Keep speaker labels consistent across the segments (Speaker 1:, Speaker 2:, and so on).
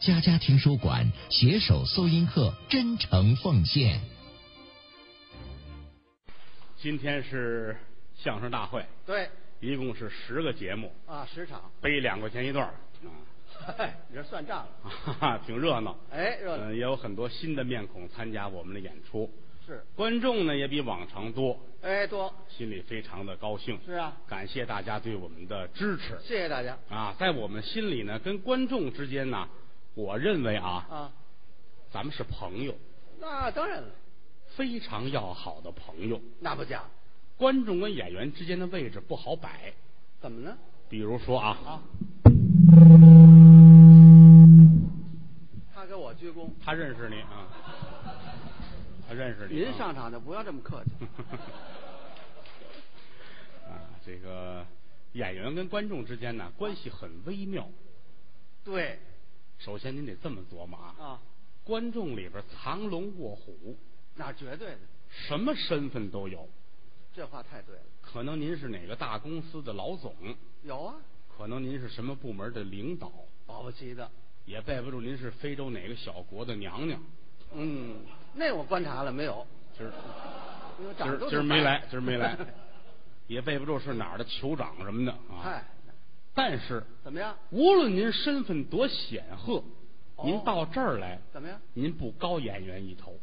Speaker 1: 家家听书馆携手搜音课真诚奉献。
Speaker 2: 今天是相声大会，
Speaker 3: 对
Speaker 2: 一共是十个节目，
Speaker 3: 啊，十场，
Speaker 2: 背两块钱一段儿，
Speaker 3: 嗨，你这算账了，
Speaker 2: 啊 哈哈，挺热闹。
Speaker 3: 哎，热
Speaker 2: 嗯、
Speaker 3: 闹
Speaker 2: 也有很多新的面孔参加我们的演出，
Speaker 3: 是，
Speaker 2: 观众呢也比往常多，
Speaker 3: 哎，多
Speaker 2: 心里非常的高兴。
Speaker 3: 是啊，
Speaker 2: 感谢大家对我们的支持
Speaker 3: 谢谢大家
Speaker 2: 啊！在我们心里呢，跟观众之间呢，我认为啊，
Speaker 3: 啊，
Speaker 2: 咱们是朋友，
Speaker 3: 那当然了，
Speaker 2: 非常要好的朋友。
Speaker 3: 那不假，
Speaker 2: 观众跟演员之间的位置不好摆，
Speaker 3: 怎么呢？
Speaker 2: 比如说啊，
Speaker 3: 啊，他给我鞠躬，
Speaker 2: 他认识你啊，他认识你啊。
Speaker 3: 您上场就不要这么客气
Speaker 2: 啊，这个演员跟观众之间呢关系很微妙。
Speaker 3: 对
Speaker 2: 首先您得这么琢磨啊，
Speaker 3: 啊，
Speaker 2: 观众里边藏龙卧虎，
Speaker 3: 那绝对的，
Speaker 2: 什么身份都有。
Speaker 3: 这话太对了，
Speaker 2: 可能您是哪个大公司的老总，
Speaker 3: 有啊，
Speaker 2: 可能您是什么部门的领导，
Speaker 3: 保不齐的，
Speaker 2: 也背不住您是非洲哪个小国的娘娘。
Speaker 3: 嗯，那我观察了没有？
Speaker 2: 今儿
Speaker 3: 因为
Speaker 2: 今
Speaker 3: 长得
Speaker 2: 儿
Speaker 3: 都
Speaker 2: 今儿没来，今儿
Speaker 3: 是白
Speaker 2: 没 来，也背不住是哪儿的酋长什么的啊。
Speaker 3: 嗨，
Speaker 2: 但是
Speaker 3: 怎么样？
Speaker 2: 无论您身份多显赫，
Speaker 3: 哦
Speaker 2: 您到这儿来，
Speaker 3: 怎么样？
Speaker 2: 您不高演员一头，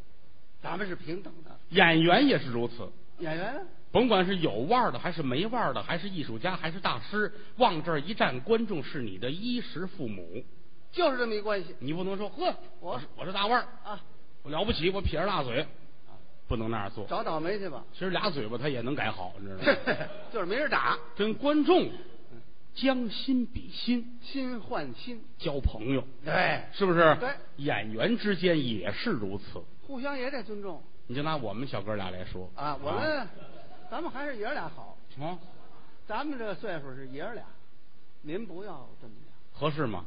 Speaker 3: 咱们是平等的，
Speaker 2: 演员也是如此。
Speaker 3: 演员
Speaker 2: 甭管是有腕儿的，还是没腕儿的，还是艺术家，还是大师，往这儿一站，观众是你的衣食父母。
Speaker 3: 就是这么一关系
Speaker 2: 你不能说呵，
Speaker 3: 我
Speaker 2: 我是我是大腕儿，
Speaker 3: 啊，
Speaker 2: 我了不起，我撇着大嘴，不能那样做。
Speaker 3: 找倒霉去吧。
Speaker 2: 其实俩嘴巴他也能改好，你知道吗？
Speaker 3: 就是没人打，
Speaker 2: 跟观众将心比心，
Speaker 3: 心换心，
Speaker 2: 交朋友，
Speaker 3: 对，
Speaker 2: 哎是不是？
Speaker 3: 哎对
Speaker 2: 演员之间也是如此。
Speaker 3: 互相也得尊重
Speaker 2: 你就拿我们小哥俩来说
Speaker 3: 啊。我们、咱们还是爷儿俩好，
Speaker 2: 啊，
Speaker 3: 咱们这个岁数是爷儿俩，您不要这么样，
Speaker 2: 合适吗？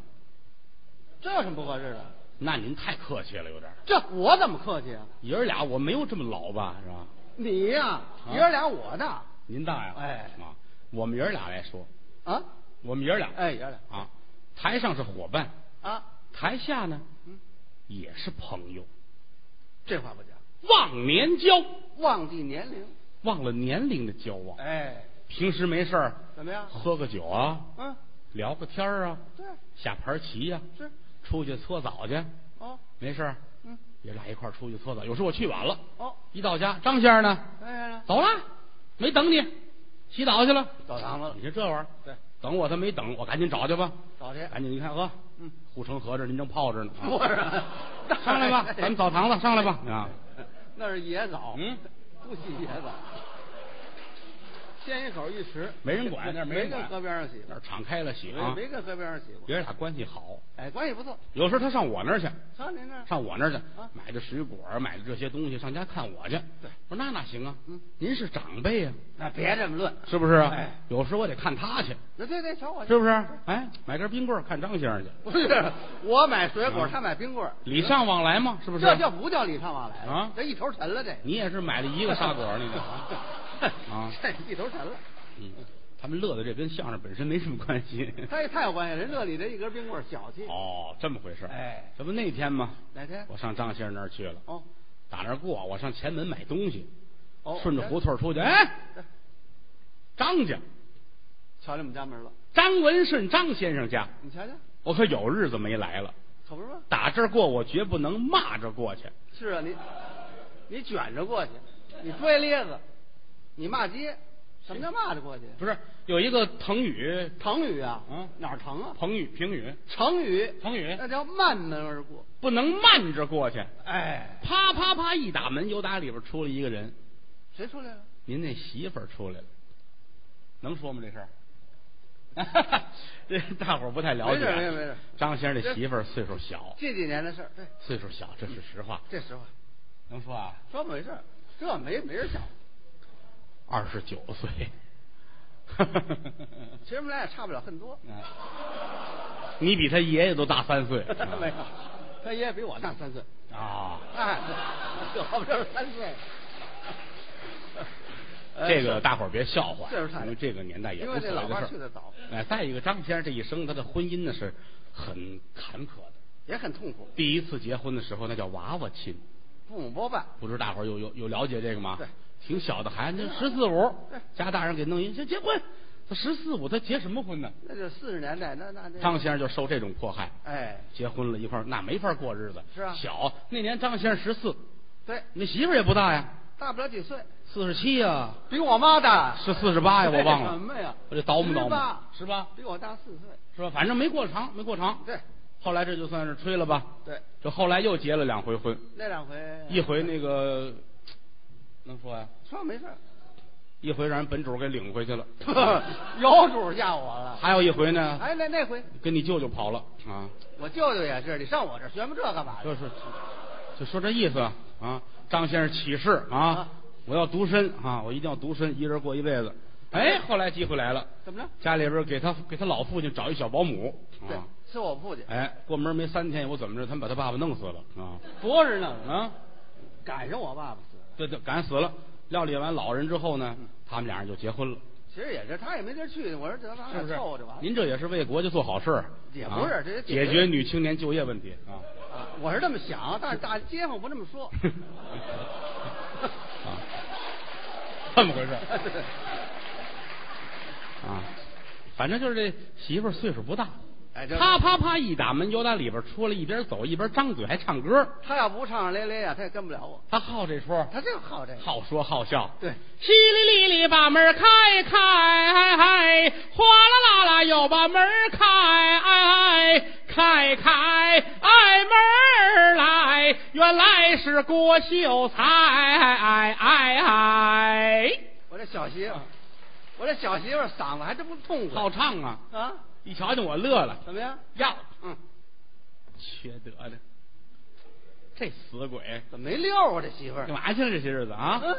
Speaker 3: 这有什么不合适的？
Speaker 2: 那您太客气了，有点儿
Speaker 3: 这我怎么客气啊？
Speaker 2: 爷儿俩，我没有这么老吧，是吧？
Speaker 3: 你呀、
Speaker 2: 啊
Speaker 3: 爷儿俩我的
Speaker 2: 您大呀，
Speaker 3: 哎
Speaker 2: 啊，我们爷儿俩来说，
Speaker 3: 啊，
Speaker 2: 我们爷儿俩，
Speaker 3: 哎，爷儿俩
Speaker 2: 啊，台上是伙伴，
Speaker 3: 啊，
Speaker 2: 台下呢
Speaker 3: 嗯，
Speaker 2: 也是朋友，
Speaker 3: 这话不讲，
Speaker 2: 忘年交，
Speaker 3: 忘记年龄，
Speaker 2: 忘了年龄的交往，
Speaker 3: 哎，
Speaker 2: 平时没事儿
Speaker 3: 怎么样？
Speaker 2: 喝个酒啊，
Speaker 3: 嗯，
Speaker 2: 聊个天儿啊，
Speaker 3: 对，
Speaker 2: 下盘棋呀、
Speaker 3: 是，
Speaker 2: 出去搓澡去，
Speaker 3: 哦，
Speaker 2: 没事儿，
Speaker 3: 嗯，
Speaker 2: 爷俩一块儿出去搓澡，有时候我去晚了，
Speaker 3: 哦，
Speaker 2: 一到家，张先生呢？
Speaker 3: 哎呀呀，
Speaker 2: 走了，没等你，洗澡去了。
Speaker 3: 澡堂子了
Speaker 2: 你说这玩意儿，
Speaker 3: 对，
Speaker 2: 等我他没等，我赶紧找去吧。
Speaker 3: 找去，
Speaker 2: 赶紧一看，呵，
Speaker 3: 嗯，
Speaker 2: 护城河这您正泡 着呢。啊
Speaker 3: 不是
Speaker 2: 上来 吧，咱们澡堂子上来吧。
Speaker 3: 哎
Speaker 2: 啊，
Speaker 3: 那是野枣，
Speaker 2: 嗯，
Speaker 3: 不洗野枣，先一口浴池，
Speaker 2: 没人管，那儿
Speaker 3: 没
Speaker 2: 人
Speaker 3: 跟
Speaker 2: 管。
Speaker 3: 河边上洗
Speaker 2: 那
Speaker 3: 过，
Speaker 2: 儿敞开了洗啊。
Speaker 3: 没没跟河边上洗过，
Speaker 2: 爷儿俩关系好，
Speaker 3: 哎，关系不错。
Speaker 2: 有时候他上我那儿去，
Speaker 3: 上您那儿，
Speaker 2: 上我那儿去
Speaker 3: 啊，
Speaker 2: 买的水果，买的这些东西，上家看我去。
Speaker 3: 对
Speaker 2: 我说那哪行啊
Speaker 3: 嗯？
Speaker 2: 您是长辈啊，
Speaker 3: 那别这么论，
Speaker 2: 是不是啊
Speaker 3: 哎？
Speaker 2: 有时候我得看他去，
Speaker 3: 那对对，瞧我
Speaker 2: 是不是？哎，买根冰棍儿看张先生去。
Speaker 3: 不 是，我买水果，
Speaker 2: 啊
Speaker 3: 他买冰棍儿，
Speaker 2: 礼尚往来嘛，是不是？
Speaker 3: 这叫不叫礼尚往来了
Speaker 2: 啊
Speaker 3: 这一头沉了，这
Speaker 2: 你也是买了一个沙果儿，你
Speaker 3: ，
Speaker 2: 这啊
Speaker 3: 这一头沉了，
Speaker 2: 嗯，他们乐的这跟相声本身没什么关系。
Speaker 3: 太太有关系了。人乐里这一根冰棍儿小气，
Speaker 2: 哦，这么回事儿
Speaker 3: 哎
Speaker 2: 这不那天吗？
Speaker 3: 哪天？
Speaker 2: 我上张先生那儿去了，
Speaker 3: 哦
Speaker 2: 打那儿过，我上前门买东西，
Speaker 3: 哦，
Speaker 2: 顺着胡同儿出去，哎，
Speaker 3: 哎，
Speaker 2: 张家，
Speaker 3: 瞧见我们家门了，
Speaker 2: 张文顺张先生家，
Speaker 3: 你瞧瞧，
Speaker 2: 我可有日子没来了。
Speaker 3: 可不是吗？
Speaker 2: 打这儿过，我绝不能骂着过去。
Speaker 3: 是啊，你你卷着过去，你拽咧子，你骂街，什么叫骂着过去？
Speaker 2: 不是有一个腾语，
Speaker 3: 成语啊，
Speaker 2: 嗯
Speaker 3: 哪儿成啊？
Speaker 2: 彭语评语，
Speaker 3: 成语，
Speaker 2: 成语
Speaker 3: 那叫慢门而过。
Speaker 2: 不能慢着过去。
Speaker 3: 哎，
Speaker 2: 啪啪啪一打门，由打里边出了一个人，
Speaker 3: 谁出来了？
Speaker 2: 您那媳妇儿出来了，能说吗这事儿？ 这大伙儿不太了解。啊
Speaker 3: 没事没事没事
Speaker 2: 张先生这媳妇儿岁数小，
Speaker 3: 这几年的事儿，对，
Speaker 2: 岁数小，这是实话，
Speaker 3: 这实话，
Speaker 2: 能说啊？
Speaker 3: 说没事儿，这没没人想。
Speaker 2: 二十九 岁。
Speaker 3: 其实我们俩也差不了很多，
Speaker 2: 哎你比他爷爷都大三岁
Speaker 3: 没有，他爷爷比我大三岁，
Speaker 2: 啊！
Speaker 3: 哎， 这好不就是三岁。
Speaker 2: 这个大伙儿别笑话，
Speaker 3: 哎岁数太
Speaker 2: 因为这个年代也
Speaker 3: 因
Speaker 2: 不
Speaker 3: 为
Speaker 2: 是
Speaker 3: 这老
Speaker 2: 来的
Speaker 3: 伴
Speaker 2: 事
Speaker 3: 儿
Speaker 2: 儿
Speaker 3: 去得早
Speaker 2: 哎，再一个，张先生这一生他的婚姻呢是很坎坷的，
Speaker 3: 也很痛苦，
Speaker 2: 第一次结婚的时候，那叫娃娃亲，
Speaker 3: 父母包办。
Speaker 2: 不知大伙儿有有有了解这个吗？
Speaker 3: 对，
Speaker 2: 挺小的孩子，十四五
Speaker 3: 对，
Speaker 2: 家大人给弄一结结婚，他十四五，他结什么婚呢？
Speaker 3: 那就四十年代，那那那
Speaker 2: 张先生就受这种迫害，
Speaker 3: 哎，
Speaker 2: 结婚了一块儿，那没法过日子。
Speaker 3: 是啊
Speaker 2: 小那年张先生十四，
Speaker 3: 对，
Speaker 2: 那媳妇儿也不大呀，
Speaker 3: 大不了几岁，
Speaker 2: 四十七呀，
Speaker 3: 比我妈大，
Speaker 2: 是四十八呀，我忘了。
Speaker 3: 什么呀？
Speaker 2: 我这倒磨倒磨，
Speaker 3: 十
Speaker 2: 是
Speaker 3: 八
Speaker 2: 吧？
Speaker 3: 比我大四岁。
Speaker 2: 是吧？反正没过长，没过长。
Speaker 3: 对
Speaker 2: 后来这就算是吹了吧。
Speaker 3: 对，
Speaker 2: 这后来又结了两回婚，
Speaker 3: 那两回
Speaker 2: 一回那个能说呀、
Speaker 3: 说没 事儿，
Speaker 2: 一回让人本主给领回去了，
Speaker 3: 有主吓我了。
Speaker 2: 还有一回呢，
Speaker 3: 哎，那那回
Speaker 2: 跟你舅舅跑了啊，
Speaker 3: 我舅舅也是，你上我这儿学么这干嘛呀？
Speaker 2: 就是就说这意思啊。张先生起誓啊，
Speaker 3: 啊
Speaker 2: 我要独身啊，我一定要独身，一人过一辈子。哎，后来机会来了，
Speaker 3: 怎么着？
Speaker 2: 家里边给他给他老父亲找一小保姆
Speaker 3: 对
Speaker 2: 啊。，
Speaker 3: 是我父亲，
Speaker 2: 哎，过门没三天，我怎么着，他们把他爸爸弄死了啊
Speaker 3: 不是呢，
Speaker 2: 啊！
Speaker 3: 赶上我爸爸死了。
Speaker 2: 对对，赶死了。料理完老人之后呢，他们俩人就结婚了，
Speaker 3: 其实也是，他也没地儿去，我说得
Speaker 2: 是
Speaker 3: 把他
Speaker 2: 不是
Speaker 3: 凑合着吧。？
Speaker 2: 您这也是为国家做好事儿，
Speaker 3: 也
Speaker 2: 啊
Speaker 3: 不是这是
Speaker 2: 解
Speaker 3: 解决
Speaker 2: 决女青年就业问题啊。
Speaker 3: 啊，我是这么想，但是大街坊不这么 说。
Speaker 2: 啊， 这么回事儿啊。反正就是这媳妇儿岁数不大，
Speaker 3: 哎，这
Speaker 2: 啪啪啪一打门，由打里边出来，一边走一边张嘴还唱歌，
Speaker 3: 他要不唱唱咧咧呀，他也跟不了我。
Speaker 2: 他好这出，
Speaker 3: 他就好这个。
Speaker 2: 好说好笑。
Speaker 3: 对
Speaker 2: 淅沥沥沥把门开开，哗啦啦啦又把门开开开哎门儿来，原来是郭秀才哎哎哎，
Speaker 3: 我这小媳妇
Speaker 2: 啊
Speaker 3: 儿，我这小媳妇儿嗓子还真不痛快。
Speaker 2: 好唱啊！
Speaker 3: 啊，
Speaker 2: 一瞧见我乐了，
Speaker 3: 怎么样？
Speaker 2: 呀，
Speaker 3: 嗯，
Speaker 2: 缺德的，这死鬼
Speaker 3: 怎么没溜啊？这媳妇儿
Speaker 2: 干嘛去了这些日子啊？
Speaker 3: 嗯，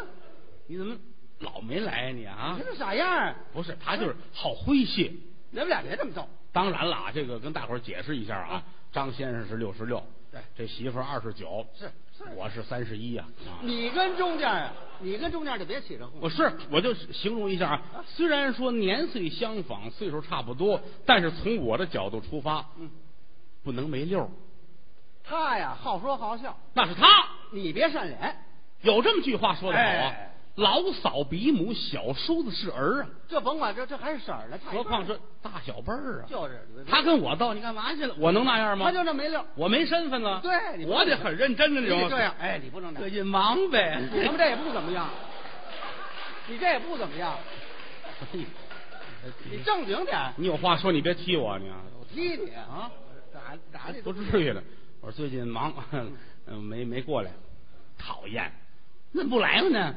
Speaker 2: 你怎么老没来呀你啊
Speaker 3: 你？这傻样儿，
Speaker 2: 不是，他就是好诙谐。
Speaker 3: 你们俩别这么逗。
Speaker 2: 当然了，啊，这个跟大伙儿解释一下啊
Speaker 3: 啊，
Speaker 2: 张先生是六十六，
Speaker 3: 对
Speaker 2: 这媳妇儿二十九，
Speaker 3: 是是
Speaker 2: 我是三十一呀。啊
Speaker 3: 你跟中间啊，你跟中间就别起这哄
Speaker 2: 我。是，我就形容一下啊
Speaker 3: 啊。
Speaker 2: 虽然说年岁相仿，岁数差不多，但是从我的角度出发，
Speaker 3: 嗯，
Speaker 2: 不能没溜儿。
Speaker 3: 他呀好说好笑，
Speaker 2: 那是他
Speaker 3: 你别善脸，
Speaker 2: 有这么句话说得好啊
Speaker 3: 哎，
Speaker 2: 老嫂比母，小叔子是儿啊。
Speaker 3: 这甭管这这还是婶儿呢，差一
Speaker 2: 何
Speaker 3: 辈儿
Speaker 2: 况这大小辈儿啊，
Speaker 3: 就是
Speaker 2: 他跟我斗，你干嘛去了？我能那样吗？
Speaker 3: 他就这没溜儿。
Speaker 2: 我没身份了，
Speaker 3: 对你不
Speaker 2: 我得很认真的
Speaker 3: 你
Speaker 2: 那种。
Speaker 3: 得这样，哎，你不能这
Speaker 2: 最
Speaker 3: 样，
Speaker 2: 近忙呗。
Speaker 3: 你他妈这也不怎么样，你这也不怎么样，你正经点儿，
Speaker 2: 你有话说，你别踢我，你啊，
Speaker 3: 我踢你啊！咋咋的？
Speaker 2: 不至于的。我说最近忙，嗯，没没过来。讨厌，怎么不来了呢？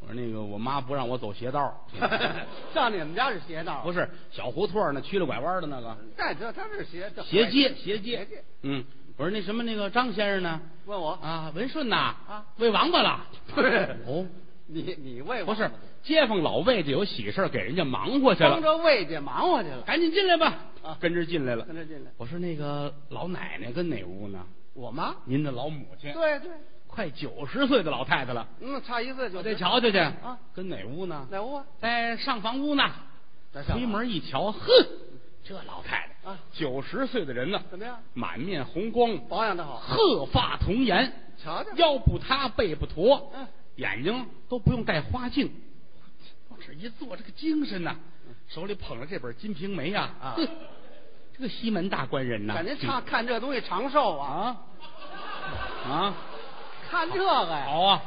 Speaker 2: 我说那个我妈不让我走邪道，
Speaker 3: 上你们家是邪道，
Speaker 2: 不是小胡同儿那曲了拐弯的那个
Speaker 3: 但这他是邪道
Speaker 2: 斜街
Speaker 3: 邪
Speaker 2: 街。嗯，我说那什么那个张先生呢？
Speaker 3: 问我，
Speaker 2: 啊，文顺呐，
Speaker 3: 哦啊
Speaker 2: 喂王八 了。
Speaker 3: 不是
Speaker 2: 哦，
Speaker 3: 你你喂
Speaker 2: 不
Speaker 3: 我
Speaker 2: 是，街坊老魏家有喜事儿给人家忙活去了
Speaker 3: 帮。着魏家忙活去了，
Speaker 2: 赶紧进来吧。
Speaker 3: 啊
Speaker 2: 跟着进来了。
Speaker 3: 跟着进来。
Speaker 2: 我说那个老奶奶跟哪屋呢？
Speaker 3: 我妈，
Speaker 2: 您的老母亲，，
Speaker 3: 对对，
Speaker 2: 快九十岁的老太太了，
Speaker 3: 嗯，差一岁就
Speaker 2: 我得瞧瞧去
Speaker 3: 啊，
Speaker 2: 跟哪屋呢？
Speaker 3: 哪屋啊？
Speaker 2: 在上房屋呢。
Speaker 3: 在上房嗯
Speaker 2: 推门一瞧，呵，这老太太
Speaker 3: 啊
Speaker 2: 九十岁的人呢，
Speaker 3: 怎么样？
Speaker 2: 满面红光，
Speaker 3: 保养的好，
Speaker 2: 鹤发童颜，
Speaker 3: 瞧瞧，
Speaker 2: 腰不塌背不驼，
Speaker 3: 嗯
Speaker 2: 眼睛都不用戴花镜，往这一坐，这个精神呐、手里捧着这本《金瓶梅》呀，
Speaker 3: 嗯啊
Speaker 2: 呵这个西门大官人呐，
Speaker 3: 感觉差看这东西长寿啊，
Speaker 2: 嗯啊啊，
Speaker 3: 看这个呀，
Speaker 2: 好啊，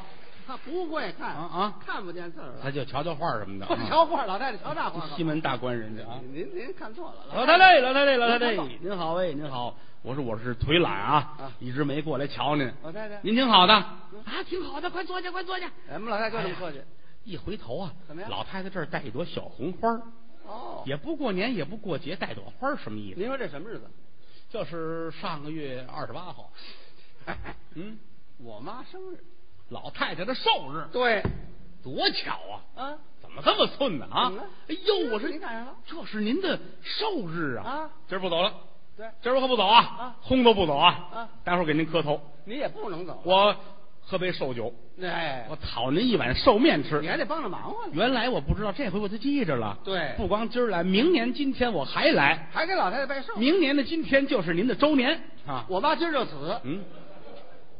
Speaker 3: 他不会看
Speaker 2: 啊啊
Speaker 3: 看不见字儿啊，
Speaker 2: 他就瞧瞧画什么的，
Speaker 3: 我
Speaker 2: 啊
Speaker 3: 瞧画老太太瞧那画
Speaker 2: 西门大官人这啊。
Speaker 3: 您您看错了，
Speaker 2: 老太太，老太太，老太
Speaker 3: 您
Speaker 2: 太
Speaker 3: 看错，
Speaker 2: 您好哎，您好，我说我是腿懒啊
Speaker 3: 啊，
Speaker 2: 一直没过来瞧您。
Speaker 3: 老太太
Speaker 2: 您挺好的啊，挺好的，快坐下，快坐下。
Speaker 3: 哎我们老太太就这么客气，
Speaker 2: 一回头啊，
Speaker 3: 怎么样
Speaker 2: 老太太这儿带一朵小红花儿，
Speaker 3: 哦，
Speaker 2: 也不过年，也不过节，带朵花儿什么意思？
Speaker 3: 您说这什么日子？
Speaker 2: 就是上个月二十八号，嗯，
Speaker 3: 我妈生日，
Speaker 2: 老太太的寿日，
Speaker 3: 对，
Speaker 2: 多巧啊！
Speaker 3: 啊，
Speaker 2: 怎么这么寸呢啊
Speaker 3: 怎么了？
Speaker 2: 哎呦，我说
Speaker 3: 嗯您赶上了
Speaker 2: 这是您的寿日啊！
Speaker 3: 啊，
Speaker 2: 今儿不走了，
Speaker 3: 对，
Speaker 2: 今儿我可不走啊，
Speaker 3: 啊
Speaker 2: 轰都不走啊！
Speaker 3: 啊
Speaker 2: 待会儿给您磕头。
Speaker 3: 你也不能走，
Speaker 2: 我喝杯寿酒，
Speaker 3: 哎，
Speaker 2: 我讨您一碗寿面吃
Speaker 3: 你。还得帮着忙活呢，
Speaker 2: 原来我不知道，这回我就记着了。
Speaker 3: 对
Speaker 2: 不光今儿来，明年今天我还来。
Speaker 3: 还给老太太拜寿。
Speaker 2: 明年的今天就是您的周年啊！
Speaker 3: 我妈今儿就死，
Speaker 2: 嗯，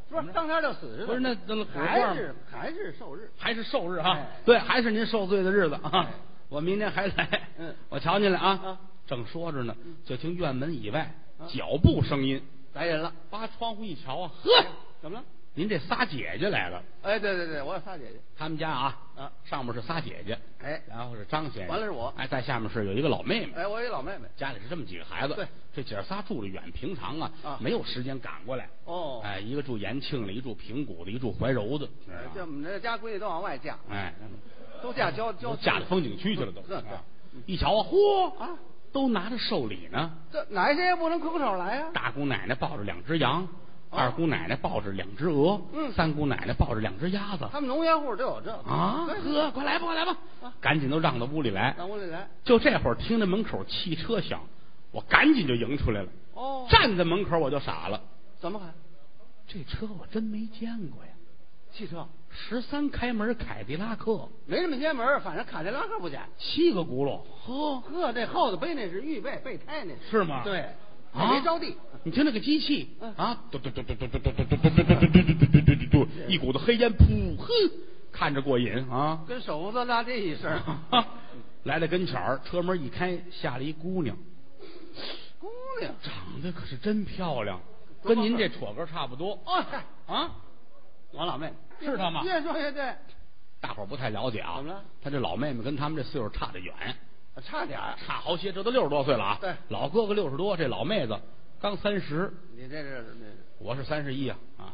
Speaker 3: 不是当天就死似的，
Speaker 2: 不是那那古话
Speaker 3: 还是还是寿日，
Speaker 2: 还是寿日啊
Speaker 3: 哎？
Speaker 2: 对，还是您受罪的日子啊
Speaker 3: 哎！
Speaker 2: 我明天还来，
Speaker 3: 嗯
Speaker 2: 我瞧见了啊
Speaker 3: 啊！嗯
Speaker 2: 正说着呢，就听院门以外
Speaker 3: 啊
Speaker 2: 脚步声音，
Speaker 3: 来人了，
Speaker 2: 扒窗户一瞧啊，呵，
Speaker 3: 怎么了？
Speaker 2: 您这仨姐姐来了。
Speaker 3: 哎，对对对，我有仨姐姐，
Speaker 2: 他们家啊，
Speaker 3: 啊
Speaker 2: 上面是仨姐姐，
Speaker 3: 哎
Speaker 2: 然后是张先生，
Speaker 3: 完了是我
Speaker 2: 哎，在下面是有一个老妹妹，
Speaker 3: 哎，我有一老妹妹，
Speaker 2: 家里是这么几个孩子，
Speaker 3: 对，
Speaker 2: 这姐儿仨住的远，平常啊
Speaker 3: 啊
Speaker 2: 没有时间赶过来。
Speaker 3: 哦
Speaker 2: 哎，一个住延庆的，一住平谷的，一住怀柔的，
Speaker 3: 哎
Speaker 2: 知道
Speaker 3: 这嗯我
Speaker 2: 吗
Speaker 3: 们这家闺女都往外嫁，
Speaker 2: 哎，
Speaker 3: 都嫁郊郊
Speaker 2: 都
Speaker 3: 区
Speaker 2: 嫁到风景区去了都。
Speaker 3: 是是
Speaker 2: 啊一瞧啊，嚯
Speaker 3: 啊，
Speaker 2: 都拿着寿礼呢。
Speaker 3: 这哪些也不能空手来啊呀？
Speaker 2: 大姑奶奶抱着两只羊，
Speaker 3: 哦
Speaker 2: 二姑奶奶抱着两只鹅，
Speaker 3: 嗯
Speaker 2: 三姑奶奶抱着两只鸭子。
Speaker 3: 他们农家户都有这个
Speaker 2: 啊，
Speaker 3: 对
Speaker 2: 呵，快来吧，快来吧
Speaker 3: 啊，
Speaker 2: 赶紧都让到屋里来。
Speaker 3: 到屋里来，
Speaker 2: 就这会儿听着门口汽车响，我赶紧就迎出来了。
Speaker 3: 哦，
Speaker 2: 站在门口我就傻了，
Speaker 3: 怎么喊？
Speaker 2: 这车我真没见过呀！
Speaker 3: 汽车
Speaker 2: 十三开门凯迪拉克，
Speaker 3: 没这么些门儿，反正卡迪拉克不假。
Speaker 2: 七个轱辘，呵，
Speaker 3: 呵，这耗子背那是预备备胎那是，
Speaker 2: 是吗？
Speaker 3: 对，
Speaker 2: 啊，
Speaker 3: 没着地，
Speaker 2: 你听那个机器
Speaker 3: 嗯
Speaker 2: 啊，嘟嘟嘟嘟嘟嘟嘟嘟嘟嘟嘟嘟嘟嘟嘟嘟，一股子黑烟，噗，哼，看着过瘾啊！
Speaker 3: 跟手扶子拉这一 声，
Speaker 2: 来到跟前儿，车门一开，下来一姑娘，
Speaker 3: 姑娘，
Speaker 2: 长得可是真漂亮，跟您这戳哥差不多。
Speaker 3: 哦，嗨，
Speaker 2: 啊，
Speaker 3: 我老妹
Speaker 2: 是她吗
Speaker 3: 越说越对，
Speaker 2: 大伙儿不太了解啊。
Speaker 3: 怎么了？
Speaker 2: 她这老妹妹跟他们这岁数差得远，
Speaker 3: 差点儿，
Speaker 2: 差好些，这都六十多岁了啊。
Speaker 3: 对
Speaker 2: 老哥哥六十多，这老妹子刚三十，
Speaker 3: 你这是
Speaker 2: 我是三十一啊啊，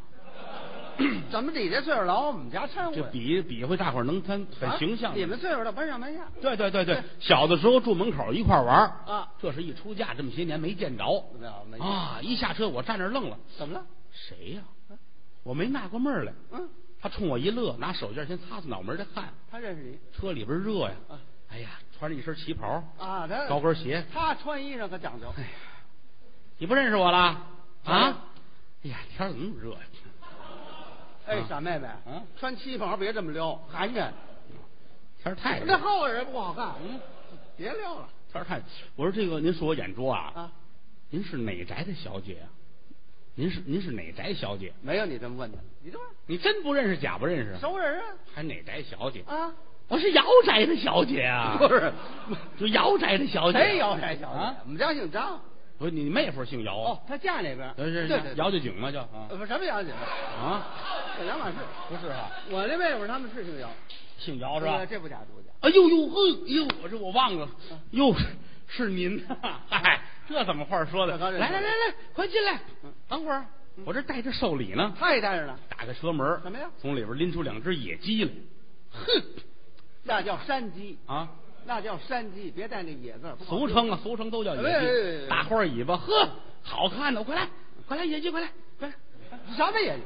Speaker 3: 那 怎么你这岁数老往我们家掺和
Speaker 2: 这
Speaker 3: 呀？
Speaker 2: 比比会大伙儿能参很
Speaker 3: 啊
Speaker 2: 形象。
Speaker 3: 你们岁数到班上班下，
Speaker 2: 对对对对
Speaker 3: 对，
Speaker 2: 小的时候住门口一块儿玩儿
Speaker 3: 啊
Speaker 2: 这是一出嫁这么些年没见着
Speaker 3: 没有没
Speaker 2: 啊，一下车我站那儿愣了，
Speaker 3: 怎么了？
Speaker 2: 谁呀
Speaker 3: 啊？
Speaker 2: 我没纳过闷儿来，
Speaker 3: 嗯，
Speaker 2: 他冲我一乐，拿手绢先擦擦脑门儿的汗。
Speaker 3: 他认识你
Speaker 2: 车里边热呀
Speaker 3: 啊，
Speaker 2: 哎呀，穿着一身旗袍，
Speaker 3: 啊？他
Speaker 2: 高跟鞋哎
Speaker 3: 他穿衣裳可讲究，
Speaker 2: 你不认识我了啊
Speaker 3: 啊？
Speaker 2: 哎呀，天儿怎么那么热呀？
Speaker 3: 哎
Speaker 2: 啊，
Speaker 3: 傻妹妹，
Speaker 2: 啊
Speaker 3: 穿旗袍别这么撩，寒碜，
Speaker 2: 天儿太热
Speaker 3: 那，后人不好看，
Speaker 2: 嗯，
Speaker 3: 别撩了
Speaker 2: 天儿太。我说这个，您说我眼拙啊？
Speaker 3: 啊！
Speaker 2: 您是哪宅的小姐啊？您是您是哪宅小姐？
Speaker 3: 没有你这么问的，你这不
Speaker 2: 你真不认识假不认识啊？
Speaker 3: 熟人啊
Speaker 2: 还哪宅小姐？
Speaker 3: 啊！
Speaker 2: 我是姚宅的小姐 啊，
Speaker 3: 不是
Speaker 2: 就姚宅的小姐。
Speaker 3: 谁姚才小姐
Speaker 2: 啊？
Speaker 3: 我？们家姓张，
Speaker 2: 不是你妹夫姓姚
Speaker 3: 哦
Speaker 2: 啊？，
Speaker 3: 他嫁那边，
Speaker 2: 呃是
Speaker 3: 对对，对
Speaker 2: 姚家井嘛叫啊
Speaker 3: 呃不什么姚姐，
Speaker 2: 啊？
Speaker 3: 这两码事。
Speaker 2: 不是啊，
Speaker 3: 我这妹夫他们是姓姚，
Speaker 2: 姓姚是吧？
Speaker 3: 呃这不假不假，
Speaker 2: 哎呦呦呵，哎呦，我这我忘了，哟，是 您，嗨，这怎么话说的？
Speaker 3: 这刚
Speaker 2: 来
Speaker 3: 认识
Speaker 2: 来来来，快进来
Speaker 3: 嗯，
Speaker 2: 等会儿，我这带着寿礼呢。
Speaker 3: 他也带着呢，
Speaker 2: 打开车门，
Speaker 3: 什么呀
Speaker 2: 从里边拎出两只野鸡来，哼，
Speaker 3: 那叫山鸡，
Speaker 2: 啊，
Speaker 3: 那叫山鸡，别带那野字儿，不好
Speaker 2: 俗
Speaker 3: 听
Speaker 2: 称啊，俗称都叫
Speaker 3: 哎哎
Speaker 2: 野
Speaker 3: 哎
Speaker 2: 鸡，
Speaker 3: 哎
Speaker 2: 大花尾巴，呵，好看的，快来，快来，野鸡，快来，快来，
Speaker 3: 什么野鸡，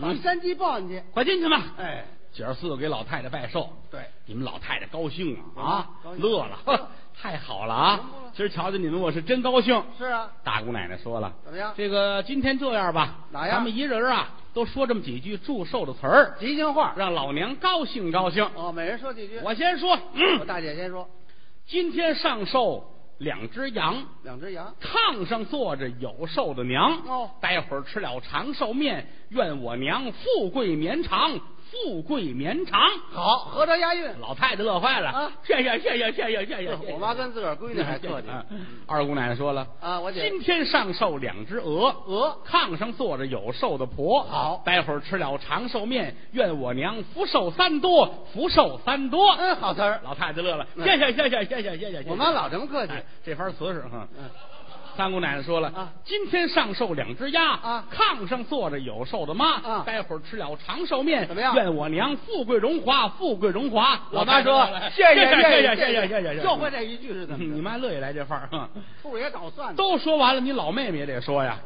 Speaker 3: 把
Speaker 2: 嗯
Speaker 3: 山鸡抱进去，
Speaker 2: 快进去吧。
Speaker 3: 哎，
Speaker 2: 姐儿四个给老太太拜寿，
Speaker 3: 对，
Speaker 2: 你们老太太高兴啊啊
Speaker 3: 高，兴
Speaker 2: 乐了，呵，太好了啊
Speaker 3: 行不！了
Speaker 2: 今儿瞧见你们，我是真高兴。
Speaker 3: 是啊，
Speaker 2: 大姑奶奶说了，
Speaker 3: 怎么样
Speaker 2: 这个今天这样吧，
Speaker 3: 哪样
Speaker 2: 咱们一人啊，都说这么几句祝寿的词儿，
Speaker 3: 吉祥话，
Speaker 2: 让老娘高兴高兴。
Speaker 3: 哦，每人说几句，
Speaker 2: 我先说，
Speaker 3: 我
Speaker 2: 嗯，
Speaker 3: 大姐先说，
Speaker 2: 今天上寿两只羊，
Speaker 3: 两只羊，
Speaker 2: 炕上坐着有寿的娘。
Speaker 3: 哦
Speaker 2: 待会儿吃了长寿面，愿我娘富贵绵长，富贵绵长。
Speaker 3: 好，合着押韵，
Speaker 2: 老太太乐坏了，
Speaker 3: 啊
Speaker 2: 谢谢谢谢谢谢谢谢。
Speaker 3: 我妈跟自个儿闺女还客气，
Speaker 2: 嗯 二姑奶奶说了
Speaker 3: 啊我姐
Speaker 2: 今天上寿两只鹅，
Speaker 3: 鹅
Speaker 2: 炕上坐着有寿的婆，
Speaker 3: 好
Speaker 2: 待会儿吃了长寿面，愿我娘福寿三多，福寿三多。
Speaker 3: 嗯，好词儿，
Speaker 2: 老太太乐了，
Speaker 3: 嗯
Speaker 2: 谢谢谢谢谢谢谢谢谢。
Speaker 3: 我妈老这么客气
Speaker 2: 哎，这番词是哈。
Speaker 3: 嗯，
Speaker 2: 三姑奶奶说了
Speaker 3: 啊
Speaker 2: 今天上寿两只鸭
Speaker 3: 啊
Speaker 2: 炕上坐着有寿的妈
Speaker 3: 啊
Speaker 2: 待会儿吃了长寿面，
Speaker 3: 怎么样
Speaker 2: 愿我娘富贵荣华，富贵荣华。
Speaker 3: 我
Speaker 2: 老太太
Speaker 3: 妈说
Speaker 2: 来
Speaker 3: 谢
Speaker 2: 谢
Speaker 3: 谢
Speaker 2: 谢
Speaker 3: 谢
Speaker 2: 谢
Speaker 3: 谢
Speaker 2: 谢谢
Speaker 3: 谢
Speaker 2: 谢，
Speaker 3: 就会这一句是怎么着
Speaker 2: 嗯
Speaker 3: 嗯
Speaker 2: 你妈乐意来这范儿啊。
Speaker 3: 兔儿也捣蒜呢，
Speaker 2: 都说完了，你老妹妹也得说呀，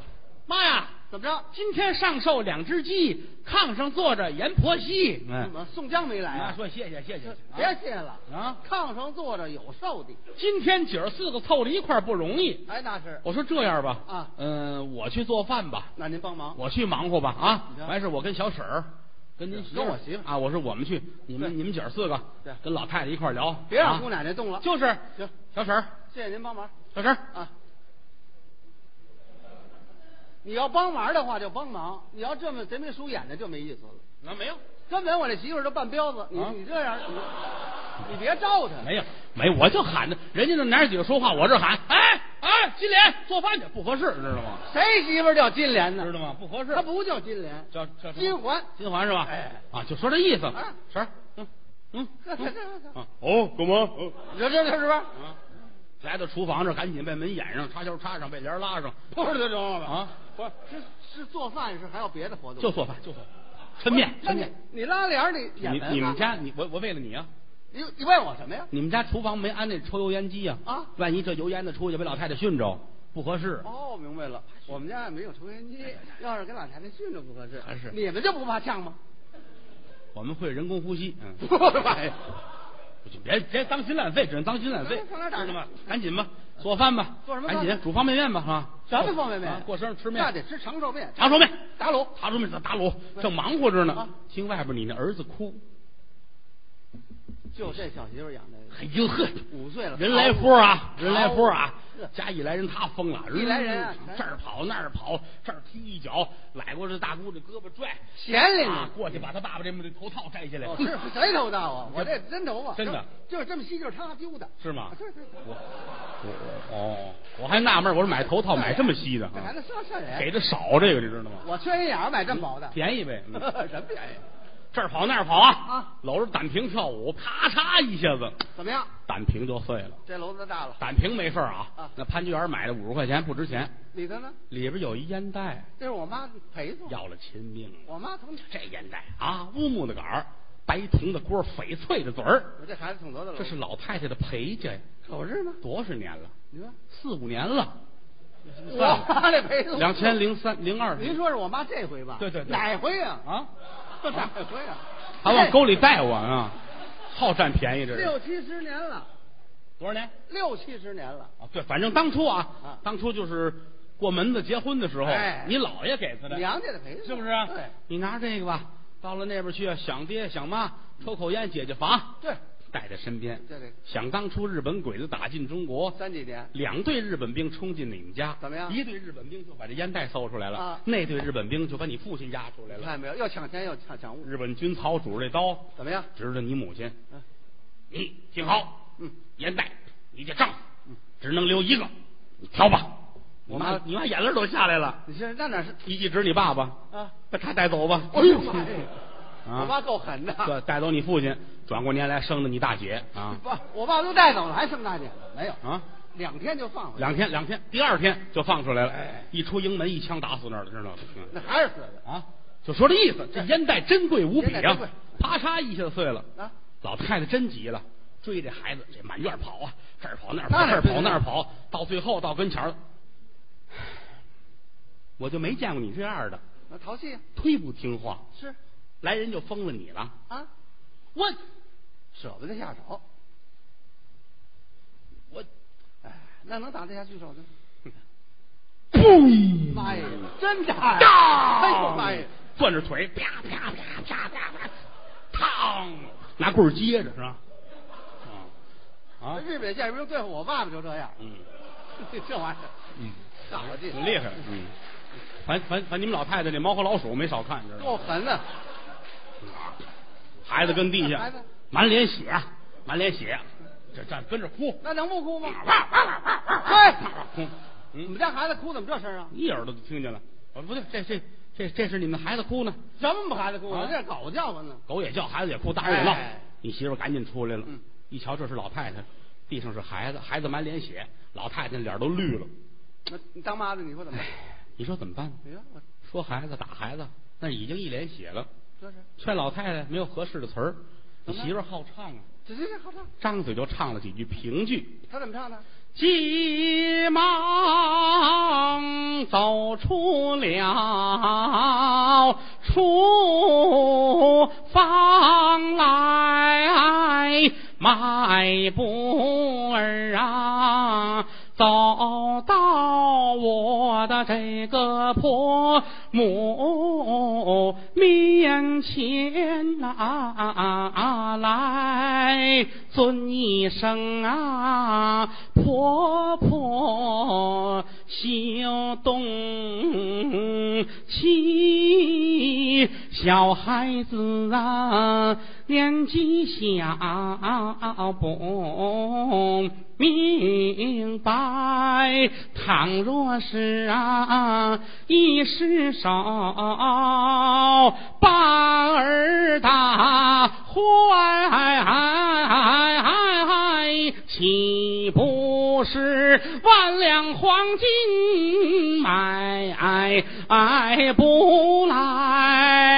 Speaker 2: 妈呀，
Speaker 3: 怎么着？
Speaker 2: 今天上寿两只鸡，炕上坐着阎婆惜。
Speaker 3: 怎嗯么宋江没来
Speaker 2: 那
Speaker 3: 啊？
Speaker 2: 哎说谢谢谢谢，啊
Speaker 3: 别谢了
Speaker 2: 啊
Speaker 3: 炕上坐着有寿的，
Speaker 2: 今天姐儿四个凑到一块儿不容易。
Speaker 3: 哎，那是。
Speaker 2: 我说这样吧，
Speaker 3: 啊
Speaker 2: 嗯、我去做饭吧，
Speaker 3: 那您帮忙，
Speaker 2: 我去忙活吧
Speaker 3: 你
Speaker 2: 啊。
Speaker 3: 瞧
Speaker 2: 完事我跟小婶儿，跟您
Speaker 3: 跟我媳妇儿
Speaker 2: 啊，我说我们去，你
Speaker 3: 对
Speaker 2: 们你们姐儿四个
Speaker 3: 对，
Speaker 2: 跟老太太一块儿聊，
Speaker 3: 别让
Speaker 2: 啊
Speaker 3: 姑奶奶动了。
Speaker 2: 就是
Speaker 3: 行，
Speaker 2: 小婶儿，
Speaker 3: 谢谢您帮忙
Speaker 2: 小婶儿，
Speaker 3: 啊。你要帮忙的话就帮忙，你要这么贼眉鼠眼的就没意思了。
Speaker 2: 那没有
Speaker 3: 根本我这媳妇儿都半彪子，你、
Speaker 2: 啊
Speaker 3: 你这样，你你别招她。
Speaker 2: 没有没有，我就喊的，人家那哪几个说话，我这喊，哎哎，金莲做饭去，不合适，知道 吗？
Speaker 3: 谁媳妇儿叫金莲呢？
Speaker 2: 知道吗？不合适，
Speaker 3: 她不叫金莲，
Speaker 2: 叫叫什么
Speaker 3: 金环。
Speaker 2: 金环是吧？
Speaker 3: 哎
Speaker 2: 啊，就说这意思
Speaker 3: 啊。
Speaker 2: 婶儿，嗯 嗯
Speaker 3: 这这这这
Speaker 2: 嗯啊，哦，干嘛？哦
Speaker 3: 你说这这是吧？
Speaker 2: 啊，来到厨房这，赶紧被门掩上，插销插上，被帘拉上，
Speaker 3: 不是这种
Speaker 2: 啊，
Speaker 3: 不是是是做饭是还有别的活动？
Speaker 2: 就做饭，就做饭，抻面，
Speaker 3: 那
Speaker 2: 抻
Speaker 3: 你
Speaker 2: 面。
Speaker 3: 你拉帘儿你
Speaker 2: 你
Speaker 3: 演门
Speaker 2: 你们
Speaker 3: 啊
Speaker 2: 家你我我为了你啊，
Speaker 3: 你你问我什么呀？
Speaker 2: 你们家厨房没安那抽油烟机啊？
Speaker 3: 啊
Speaker 2: 万一这油烟子出去被老太太熏着，不合适。
Speaker 3: 哦，明白了，我们家也没有抽烟机，要是给老太太训着不合适。
Speaker 2: 哎还是
Speaker 3: 你们就不怕 呛吗？
Speaker 2: 我们会人工呼 吸，嗯，
Speaker 3: 不是，
Speaker 2: 别别当心烂肺，只能当心烂肺，
Speaker 3: 上哪儿打
Speaker 2: 知道吗？赶紧吧，做饭吧，
Speaker 3: 做什么饭
Speaker 2: 赶紧煮方便面吧，啊，
Speaker 3: 什么方便面
Speaker 2: 啊
Speaker 3: 呀？
Speaker 2: 过生日吃面，
Speaker 3: 那得吃长寿面。
Speaker 2: 长寿面，
Speaker 3: 打卤
Speaker 2: 打卤面，打卤，正忙活着呢
Speaker 3: 啊，
Speaker 2: 听外边你那儿子哭，
Speaker 3: 就这小媳妇养的，
Speaker 2: 哎呦呵，
Speaker 3: 五岁了
Speaker 2: 人来疯啊，
Speaker 3: 好
Speaker 2: 人来疯啊
Speaker 3: 是，
Speaker 2: 家一来人他疯了，嗯
Speaker 3: 一来人啊
Speaker 2: 这儿跑那儿跑，这儿踢一脚，揽过这大姑这胳膊拽，
Speaker 3: 闲哩
Speaker 2: 啊
Speaker 3: 呢，。
Speaker 2: 过去把他爸爸这这头套摘下来
Speaker 3: 哦， 是谁头大啊？我这真头发，
Speaker 2: 真的
Speaker 3: 就就是这么稀，就是他揪的，啊
Speaker 2: 是吗？
Speaker 3: 是是是
Speaker 2: 我我我哦，我还纳闷儿，我说买头套买这么稀的
Speaker 3: 这
Speaker 2: 啊
Speaker 3: 孩，子上上人，
Speaker 2: 给的少，这个你知道吗？
Speaker 3: 我缺心眼儿买这么薄的，
Speaker 2: 便宜 呗。嗯
Speaker 3: 什么便宜？
Speaker 2: 这儿跑那儿跑啊，
Speaker 3: 啊
Speaker 2: 搂着胆瓶跳舞，啪嚓一下子，
Speaker 3: 怎么样？
Speaker 2: 胆瓶就碎了。
Speaker 3: 这楼子大了，
Speaker 2: 胆瓶没事儿啊
Speaker 3: 啊，
Speaker 2: 那潘菊园买的五十块钱不值钱，
Speaker 3: 里头呢？
Speaker 2: 里边有一烟袋，
Speaker 3: 这是我妈陪送，
Speaker 2: 要了亲命了。
Speaker 3: 我妈从
Speaker 2: 这烟袋啊，乌木的杆儿，白铜的锅儿，翡翠的嘴儿，
Speaker 3: 我这孩子挺多的了，
Speaker 2: 这是老太太的陪嫁呀，
Speaker 3: 可不是吗？
Speaker 2: 多少年了？
Speaker 3: 你说，
Speaker 2: 四五年了，
Speaker 3: 我妈这陪送
Speaker 2: 两千零三零二，
Speaker 3: 您说是我妈这回吧？
Speaker 2: 对对对
Speaker 3: 哪回呀？
Speaker 2: 啊，
Speaker 3: 哪 回呀？
Speaker 2: 还往沟里带我啊，好占便宜这
Speaker 3: 这
Speaker 2: 是
Speaker 3: 六七十年了，
Speaker 2: 多少年？
Speaker 3: 六七十年了，
Speaker 2: 啊，对，反正当初啊
Speaker 3: 啊，
Speaker 2: 当初就是过门子结婚的时候
Speaker 3: 哎，
Speaker 2: 你姥爷给他的，
Speaker 3: 娘家的陪送
Speaker 2: 是不是啊？
Speaker 3: 对
Speaker 2: 你拿这个吧，到了那边去，啊想爹想妈，抽口烟解解乏，
Speaker 3: 嗯对，
Speaker 2: 带在身边。
Speaker 3: 对对
Speaker 2: 想当初日本鬼子打进中国，
Speaker 3: 三几年
Speaker 2: 两队日本兵冲进你们家，
Speaker 3: 怎么样
Speaker 2: 一队日本兵就把这烟袋搜出来了，
Speaker 3: 啊
Speaker 2: 那队日本兵就把你父亲押出来
Speaker 3: 你
Speaker 2: 了。
Speaker 3: 看没有？要抢钱要抢抢物，
Speaker 2: 日本军曹拄着这刀，
Speaker 3: 怎么样？
Speaker 2: 指着你母亲，
Speaker 3: 嗯
Speaker 2: 你听好，
Speaker 3: 嗯，
Speaker 2: 烟袋，你这丈夫
Speaker 3: 嗯
Speaker 2: 只能留一个，你挑吧。你
Speaker 3: 我
Speaker 2: 妈
Speaker 3: 妈，
Speaker 2: 你妈眼泪都下来了，
Speaker 3: 你现在那哪是
Speaker 2: 一一指你爸爸，
Speaker 3: 啊？
Speaker 2: 把他带走吧。
Speaker 3: 哎呦妈呀！
Speaker 2: 啊
Speaker 3: 我妈够狠的，
Speaker 2: 这带走你父亲，转过年来生的你大姐啊
Speaker 3: 爸，我爸都带走了，还剩大姐没有？
Speaker 2: 啊！
Speaker 3: 两天就放回来，
Speaker 2: 两天两天，第二天就放出来了
Speaker 3: 哎，
Speaker 2: 一出营门一枪打死那儿了，知道吗？嗯
Speaker 3: 那还是死的
Speaker 2: 啊，就说这意思，这烟袋珍贵无比啊
Speaker 3: 烟袋珍贵！
Speaker 2: 啪嚓一下碎了，
Speaker 3: 啊！
Speaker 2: 老太太真急了，追这孩子这满院跑啊，这儿跑那儿
Speaker 3: 那
Speaker 2: 跑，这儿跑
Speaker 3: 哪追
Speaker 2: 那儿跑，到最后到跟前儿了，我就没见过你这样的，
Speaker 3: 那淘气啊
Speaker 2: 忒不听话，
Speaker 3: 是
Speaker 2: 来人就封了你了，
Speaker 3: 啊，
Speaker 2: 我
Speaker 3: 舍不得下手，
Speaker 2: 我
Speaker 3: 哎，那能打得下去手吗？
Speaker 2: 嘣，
Speaker 3: 妈呀，真打呀！
Speaker 2: 当，
Speaker 3: 哎呦妈呀！
Speaker 2: 攥着腿，啪啪啪啪啪啪，烫，拿棍儿接着是吧？啊啊，
Speaker 3: 日本宪兵对付我爸爸就这样，
Speaker 2: 嗯
Speaker 3: 这玩意儿
Speaker 2: 嗯，
Speaker 3: 打过去
Speaker 2: 挺厉害的，嗯。反反反，你们老太太那猫和老鼠没少看，知道
Speaker 3: 够
Speaker 2: 吗？
Speaker 3: 狠的，
Speaker 2: 孩子跟地
Speaker 3: 孩
Speaker 2: 下
Speaker 3: 子，
Speaker 2: 满脸血，满脸血，这站跟着哭，
Speaker 3: 那能不哭吗？
Speaker 2: 哎，哭，
Speaker 3: 你
Speaker 2: 嗯
Speaker 3: 们，家孩子哭怎么这声啊？
Speaker 2: 一耳朵就听见了。我说不对，这这这这是你们孩子哭呢。
Speaker 3: 什么孩子哭
Speaker 2: 啊
Speaker 3: 啊？这是狗叫唤呢。
Speaker 2: 狗也叫，孩子也哭，大人也闹
Speaker 3: 哎。
Speaker 2: 你媳妇儿赶紧出来了
Speaker 3: 嗯，
Speaker 2: 一瞧这是老太太，地上是孩子，孩子满脸血，老太太脸都绿了。哎
Speaker 3: 那你当妈的，你说怎么办？
Speaker 2: 你说怎么办？
Speaker 3: 你说我
Speaker 2: 说孩子打孩子，那已经一脸血了。
Speaker 3: 这是
Speaker 2: 劝老太太没有合适的词儿，你
Speaker 3: 怎么了
Speaker 2: 媳妇儿好唱啊，
Speaker 3: 这这这好唱，
Speaker 2: 张嘴就唱了几句评剧。
Speaker 3: 他怎么唱的？
Speaker 2: 急忙走出了迈步儿啊，走到我的这个婆母面前呐、啊来，尊一声啊，婆婆休动气，小孩子啊，年纪小不明白，倘若是啊一失手，把儿打坏，岂不是万两黄金买不来？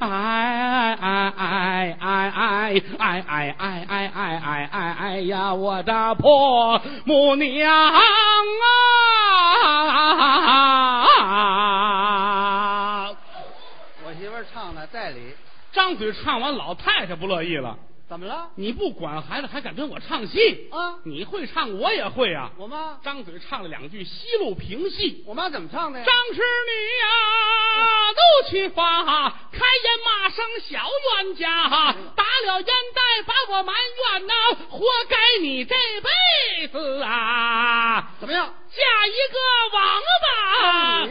Speaker 2: 哎哎哎哎哎哎哎哎哎哎哎哎哎哎呀！我的婆母娘啊！
Speaker 3: 我媳妇儿唱的代理，
Speaker 2: 张嘴唱完，老太太不乐意了。
Speaker 3: 怎么了？
Speaker 2: 你不管孩子，还敢跟我唱戏？
Speaker 3: 啊，
Speaker 2: 你会唱，我也会啊。
Speaker 3: 我妈，
Speaker 2: 张嘴唱了两句西路评戏，
Speaker 3: 我妈怎么唱的呀
Speaker 2: 张？氏女呀，怒气发，开言骂声小冤家，打了烟袋把我埋怨呐，活该你这辈子啊，
Speaker 3: 怎么样？
Speaker 2: 嫁一个王八
Speaker 3: 你。